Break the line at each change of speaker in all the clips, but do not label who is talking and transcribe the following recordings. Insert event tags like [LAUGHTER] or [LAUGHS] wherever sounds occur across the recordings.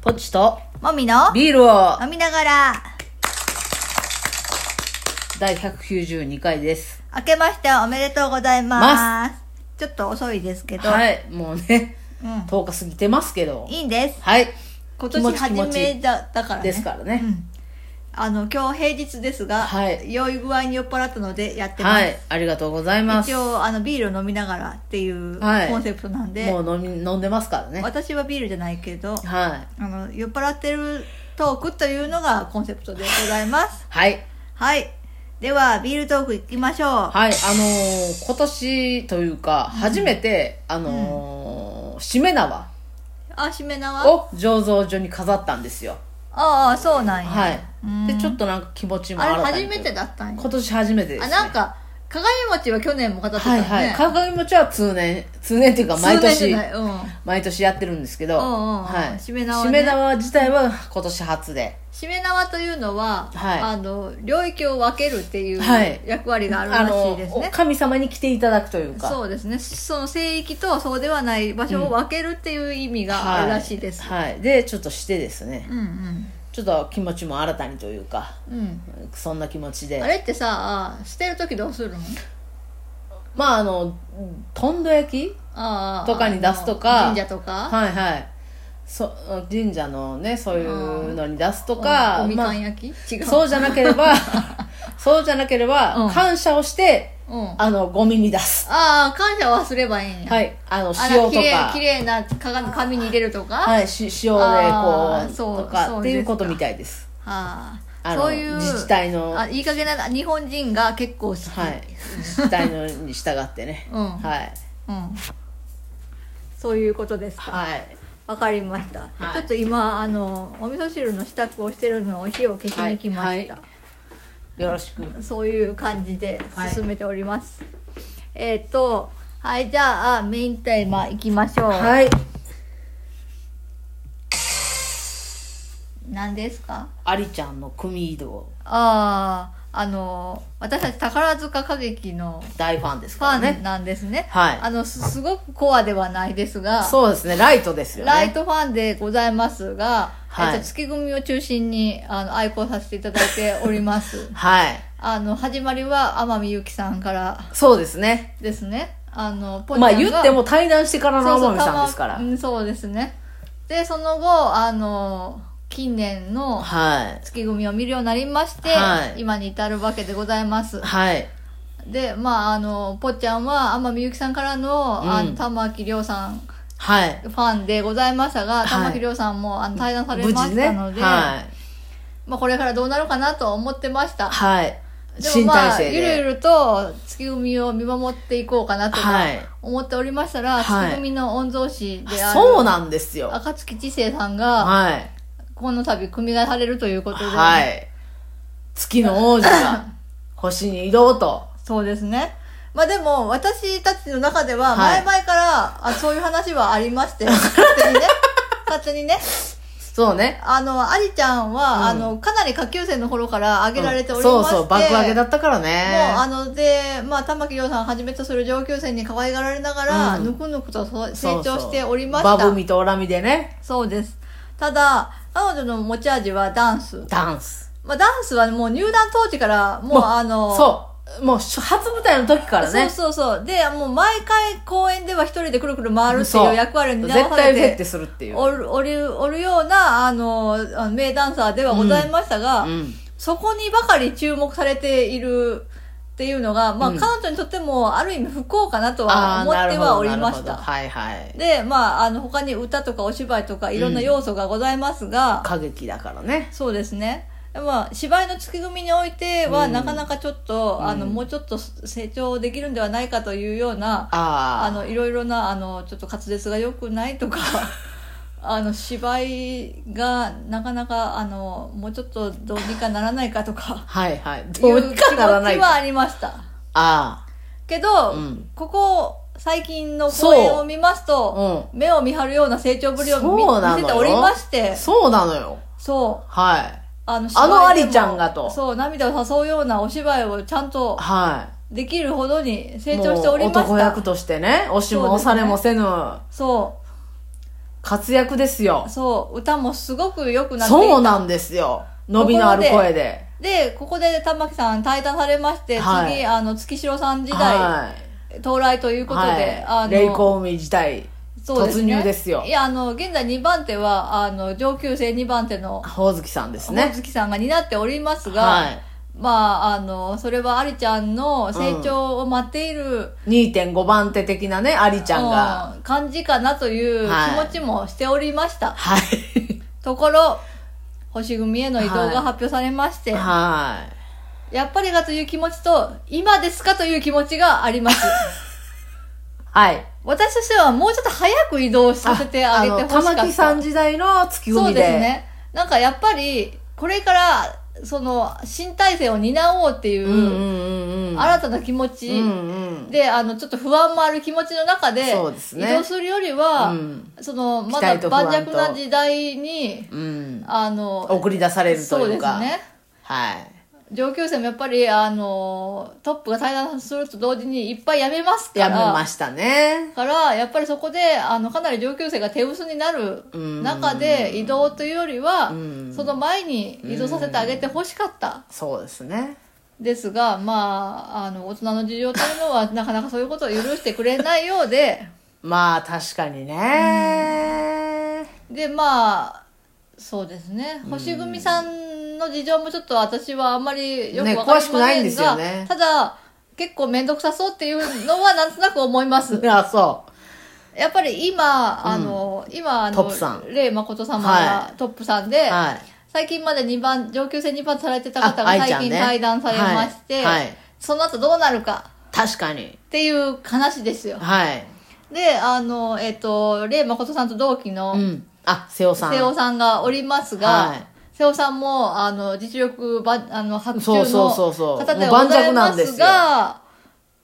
ポチと
もみの
ビールを
飲みながら
第192回です。
明けましておめでとうございますちょっと遅いですけど、
はい、もうね、
うん、
10日過ぎてますけど。
いいんです
はい。
今
気持ち
年
気
初
持
め
ち
だだからね
ですからね
うんあの今日平日ですが、
はい
良い具合に酔っ払ったのでやってます、
はい、ありがとうございます。
一応あのビールを飲みながらっていう
はい
コンセプトなんで、
もう飲み、飲んでますからね。
私はビールじゃないけど
はい。
あの酔っ払ってるトークというのがコンセプトでございます
はい。
はいではビールトークいきましょうは
はい、あのー今年というか、初めて、あのーしめ縄
あしめ縄
を醸造所に飾ったんですよ。
ああそうなんや、
はい。
うん
で、ちょっとなんか気持ちも
あれ
新たに
初めてだったんや
今年初めてです、
あ
ね。
なんか鏡餅は去年も語ってた
は
よ
い
ね、
はい。鏡餅は通年、通年というか毎
数年じ
年
ゃな、いうん
毎年やってるんですけど、
うんうんうん
はい。
しめ縄ね
しめ縄自体は今年初で。
しめ縄というのは、
はい
あの領域を分けるっていう
はい
役割があるらしいです
お
ね、
神様に来ていただくというか。
そうですねその聖域とそうではない場所を分けるっていう意味があるらしいです、
はい。はいで、ちょっとしてですね、
うんうん
ちょっと気持ちも新たにというか、
うん、
そんな気持ちで。
あれってさ捨てる時どうするの
まあ、あの、とんど焼き
ああ
とかに出すとか
神社とか
はいはい。そ神社のね、そういうのに出すとか、
おみ
ま
か
あ
ん焼き、違う
そうじゃなけれ
[LAUGHS]
ば、そうじゃなけれ
う
ば
ん、
感謝をして、
うん、あ
あの、ゴミに出す。
あ感謝はすればいいんや、
はい。あの、
あ
塩
ら
と
きれい
か
き。れいな鏡紙に入れるとか、は
はい、し塩
あー
で
そ
こ
う
うとか
そう
っていうこと
ですか
みたいです。
あ
あの
そういう
自治体の、は
あいい加減な日本人が結構好き、。
い、自治体のに従ってね
[LAUGHS] うん
はい、
うん、そういうことですか
はい、
わかりました、
はい
ちょっと今あのお味噌汁の支度をしてるのを火を消しに来ました、
はいはよろしく。
そういう感じで進めております、えっ、とはいじゃあメインテーマいきましょう、
はい、
何ですか
ありちゃんの組移動
あああの私たち宝塚歌劇の
大ファンです
フ
から
ァン
ね。
なんですね
はい
あのすすごくコアではないですが
そうですね、ライトですよね。
ライトファンでございますが、
はい
えっと、月組を中心にあの愛好させていただいております
はい、
あの始まりは天海祐希さんから
そうですね。
ですねあのポ
まあ言
が
っても対談してからの天海さんですか
た
ら
ま。うんそうですねでその後あの近年の
はい、
月組を見るようになりまして、
はい
今に至るわけでございます
はい、
でまああのぽっちゃんは天海祐希さんからの,、あ
う
の
ん
玉木亮さん
はい。
ファンでございましたが、
い
玉木亮さんもあの対談され
無
ま
事
し
ね、
たので、
はい、
まあ、これからどうなるかなとは思ってました
はい、
でも
新
ま
体
あ
制
ゆるゆ
で。
ると月組を見守っていこうかなとか
はい
思っておりましたら、
はい
月組の御曹司である
そうなんですよ。
赤月知世さんが
はい。
この度組がされるということで、
はい。月の王子が星に移動と。
そうですねまあでも私たちの中では
はい
前々から、あそういう話はありま
[LAUGHS]
して勝手にね勝手にね
そうね。
あの、アリちゃんは、
うん
あの、かなり下級生の頃から挙げられておりまして、
うんそうそう、爆上げだ
もう、
ったからね。
あの、で、まあ、玉木亮さんはじめとする上級生に可愛がられながら、
うん
ぬくぬくとそ
そ
成
うそう
長しておりました。
バブミとオラミでね、
そうです。ただ、彼女の持ち味はダンス。
ダンス。
まあ、ダンスはもう入団当時から、もう
もう
あの、
そう。もう初初舞台の時から
そう
ね。
そうそう。で、もう毎回公演では一人でくるくる回るっていう役割に流されて
絶対フェッテするっていう。
おる、おる、おるような、あの、あの名ダンサーではございましたが、
うん。
そこにばかり注目されているっていうのが、まあ、
うん
彼女にとってもある意味不幸かなとは
あー
思
な
っ
る
て
ほど
はおりまし
なるほど
た。
はいはい。
で、まあ、あの、他に歌とかお芝居とかいろんな要素がございますが、
歌劇だからね。
そうですね。まあ、芝居の月組においては、
うん
なかなかちょっと、あの、
うん
もうちょっと成長できるんではないかというような、あ
あ
の、いろいろな、あの、ちょっと滑舌が良くな
[LAUGHS]
いとか、あの、芝居がなかなか、あの、もうちょっとどうにかならないかとか
あ。、はいはい。[LAUGHS]
い
ど
う
う
気
に
持ち
かならない。
は
あ
ありました
あ
けど、
うん
ここ最近の公演を見ますと、目を見張るような成長ぶりを見
そうなのよ
見せておりまして
ー。そうなのよ。
そう
はい。
あの
あの
芝居でも
アリちゃんがと
そう涙を誘うようなお芝居をちゃんと
はい。
できるほどに成長しておりま
もう男
し
役
た
としてね押しも押されもせぬ
そう
活躍ですよ
そう歌もすごく良くなっていた
そうなんですよ伸びのある声で
でここで玉木さん退団されまして、
はい
次あの月城さん時代、
はい
到来ということで、
は
あ
い、
の
霊光海自体
そう
突入ですよ
いやあの現在2番手はあの上級生2番手の
ほおずきさんです
大
ね
月さんが担っておりますが、
は
まああのそれはありちゃんの成長を待っている、
い2.5番手的なねありちゃんが
うん感じかなという
はい
気持ちもしておりました、
はい
ところ星組への移動が発表されまして、
は
やっぱりがという気持ちと今ですかという気持ちがあります
いはい
私としてはもうちょっと早く移動させてあげてほしかった
あの玉木さん時代の月
そう
組
で
です
ねなんかやっぱりこれからその新体制を担おうってい
うんうん
う
うんうん
新たな気持ち、
うんうん
であのちょっと不安もある気持ちの中で
そうです
移
ね
動するよりは、
うん
そのま
期
だ
待と不安
盤
と
石な時代に
うん
あの
送り出されると
そう
い
で
う
す
か
ね
はい
上級生もやっぱりあのトップが対談すると同時にいっぱい辞めますか
や
ら
めましたね
からやっぱりそこであのかなり上級生が手薄になる
うん
中で移動というよりは
ん
その前に移動させてあげてほしかった
そうですね
ですがまああの大人の事情というのは [LAUGHS] なかなかそういうことを許してくれないようで
まあ確かにね
でまあそうですね星組さんの事情もちょっと私はあんまりよく
ね
わかり
詳
ま
しくない
せ
んで
ん
す
が、
よね
ただ結構面倒くさそうっていうのはなんとなく思います
いやそう
やっぱり今、あの、今、あの、
トップさん
レイ誠様
は
がトップさんで、
はい
最近まで2番、上級生2番されてた方
あ
が
愛ちゃん
最近
ね
退団されまして、
はいはい
その後どうなるか
確かに
っていう話ですよ。
はい
で、あの、えっ、と、レイ誠さんと同期の
うんあ瀬尾さん
瀬尾さんがおりますが、
はい
瀬尾さんも、あの、実力ば、あの、白
そ
昼
うそう
の
そうそう
方ではござい
もう盤石な
ま
んですすよ
が、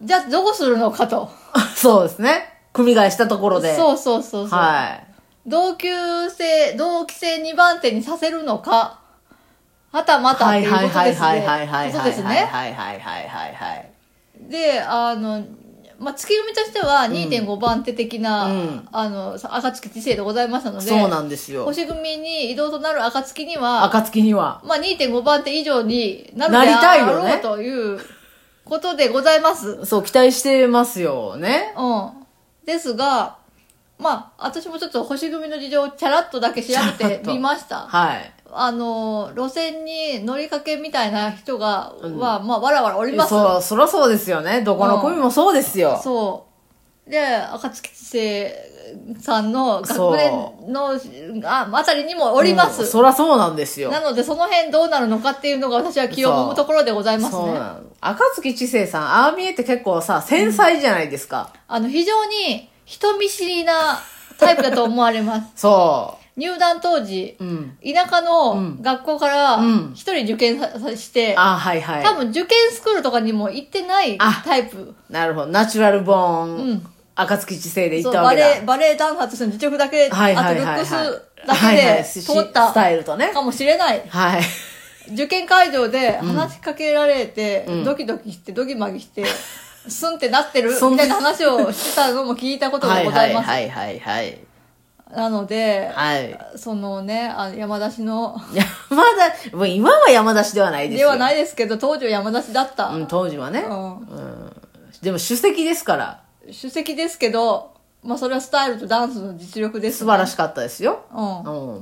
じゃあどうするのかと。
そうですね。組替えしたところで。
そうそうそうそう。
はい。
同級生同期生2番手にさせるのかはたまたっ
は
て
い
いうこと
はい
ですね
はいはいはいはいはい
こと
はい
ですね
はいはいはいはいはい。
であの、まあ、月組としては2.5番手的な、
うん
あのさ暁知性でございましたので
そうなんですよ。
星組に移動となる暁には、
暁には。
まあ、2.5番手以上になるで
なりたい
あ
よね
ろうということでございます、
そう、期待してますよね。
うん、ですがまあ私もちょっと星組の事情をチャラッとだけ調
ちゃら
べ
ってと
みました
はい。
あの路線に乗りかけみたいな人が、はまあわらわらおります
そう、そらそうですよね。どこの組もそうですよ。
そうで暁知性さんの学年のああたりにもおります、
うんそらそうなんですよ。
なのでその辺どうなるのかっていうのが私は気をもむところでございます
そう
ね
なの。暁知世さん、ああ見えて結構さ、繊細じゃないですか。
あの非常に人見知りなタイプだと思わ
[LAUGHS]
れます
そ
入団当時
う。うん。
田舎の学校から
うん
一人受験ささして、
あ、はいはい。
多分受験スクールとかにも行ってない
あ
タイプ
なるほど。ナチュラルボーン。
うん
暁知世で行
そ
っ
う
たわ
バ
けだ。
レエバレエダンサーとしての実力だけ、
はいはいはい、はい。
あとルックスだ
はいはい
けで通った
スタイルとね。
かもしれない
はい。
受験会場で話しかけられて、
ん
ドキドキしてドギマギして、 [LAUGHS] スンってなって
[LAUGHS]
る
そん
みたいな話をしてたのも聞いたこと
は
が
い
ご
は
ざい
い
ます、
はいはいはい。
なので、
はい。
そのねあの山出しの
山田、もう今は山出しではないです
で
よ。。
はないいですけど当時は山出しだった、
うん、当時はね。
うん
うん。でも主席ですから、
主席ですけど、まあ、それはスタイルとダンスの実力です、
素晴ら
しい、
しかったですよ。
う
うん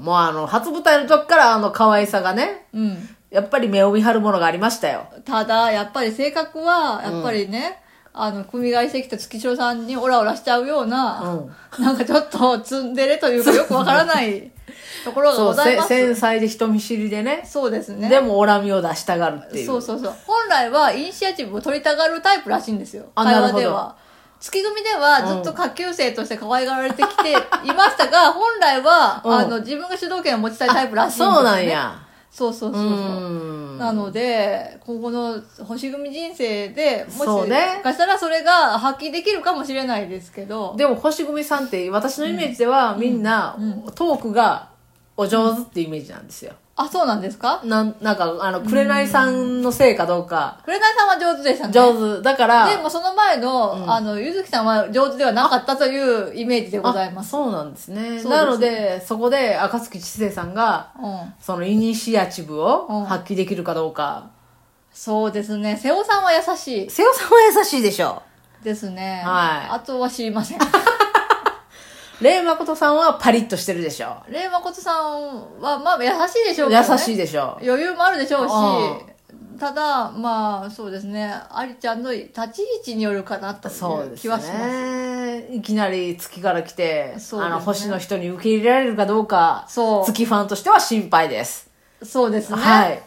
ん。もうあの、初舞台の時からあの可愛さがね、
うん、
やっぱり目を見張るものがありましたよ。
ただやっぱり性格はやっぱりね、あの組替えしてきた月城さんにオラオラしちゃうような、なんかちょっとツンデレというかよくわから
[LAUGHS]
ないところが
そ
ご
う、
ざい
せ
ますそう
繊細で人見知りでね。
ですね
でも、恨みを出したがるっていう。
そうそうそう本来はイニシアチブを取りたがるタイプらしいんですよ
あ
会
なる
話
ほど
では月組ではずっと下級生として可愛がられてきていましたが、本来は、
うん
あの自分が主導権を持ちたいタイプらしいんですよ、ね、
そうなんや。
そうそうそう
う
そう、
ん。
なので今後の星組人生でもし
そうね
かしたらそれが発揮できるかもしれないですけど
でも星組さんって私のイメージではみんなトークがお上手ってイメージなんですよ、
あ、そうなんですか
なん、なんか、あの、紅さんのせいかどうか、
紅さんは上手でしたね。
上手。だから、
でもその前の、あの、ゆずきさんは上手ではなかったというイメージでございます。
あそうなんですね。
すね
なので、そこで、赤月知世さんが、
うん。
そのイニシアチブ
うん
を発揮できるかどうか。
そうですね。瀬尾さんは優しい
瀬尾さんは優しいでしょ
ですね。
はい
あとは知りません。 [LAUGHS]
う。レイマコトさんはパリッとしてるでしょ
レイマコトさんは、まあ、優しいでしょ
う。
う
優しい
い。
でしょう。
余裕もあるでしょうし、ただ、まあ、そうですね。ありちゃんの立ち位置によるかなと
そう
いう
で
気
す
はします。
ね。いきなり月から来て、
そうですね
あの、星の人に受け入れられるかどうか、
そう
月ファンとしては心配です。
そうですね。
はい。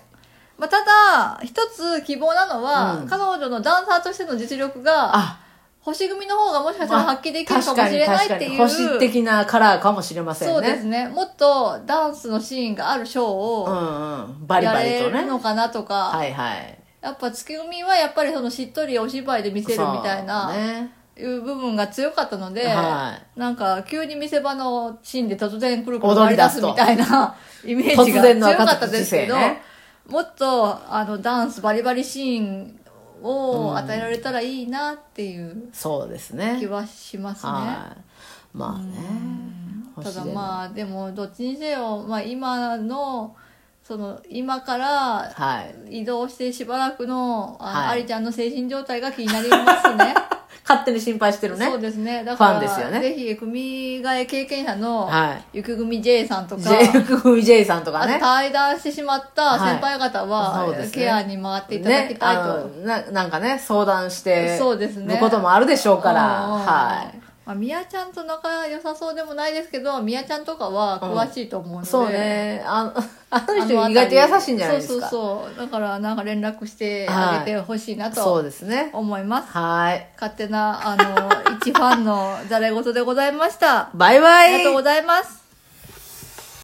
まあ、ただ、一つ希望なのは、
うん
彼女のダンサーとしての実力が、
あ、
星組の方がもしかしたら発揮できるかもしれないっていう。
星的なカラーかもしれませんね。
そうですね。もっとダンスのシーンがあるショー
う
を
んうん。バリ
や
バリ
れ
と
る
ね。
のかなとか、
はいはい。
やっぱ月組はやっぱりそのしっとりお芝居で見せるみたい
そう
な
ね。
いう部分が強かったので、
は
なんか急に見せ場のシーンで突然くるくる
踊り出
回
すと
みたいな [LAUGHS] イメージが
突然の
強
赤
か
塚
ったですけ
知
ど、
性ね
もっとあのダンスバリバリシーンを与えられたらいいなっていう
そうですね。
気はしますね。
はい。まあね。
ただ
あ。
まあでもどっちにせよ、まあ、今のその今から
はい。
移動してしばらくのあ,、
はい
ありちゃんの精神状態が気になりますね
勝手に心配してるね
そう。ですねだから
ファンですよね
ぜひ組替え経験者の、
は
ゆく組 J さんと
い。
か
J 組 J さんとか
あと
ね。
対談してしまった先輩方は、
はいそうですね
ケアに回っていただき
ね、
たい
あ
と、
のななんかね相談して
そうですね、
のこともあるでしょうから、はい
まあ、みやちゃんと仲良さそうでもないですけどみやちゃんとかは詳しいと思うので、
いそうねあのあの
あの
人意外と優しいんじゃないですか
そうそうそうだからなんか連絡してあげてほしいな
そう
と
ですね
思います、
はい
勝手なあの一ファンのざれ言でございました
バイバ
あ
イ
りがとうございます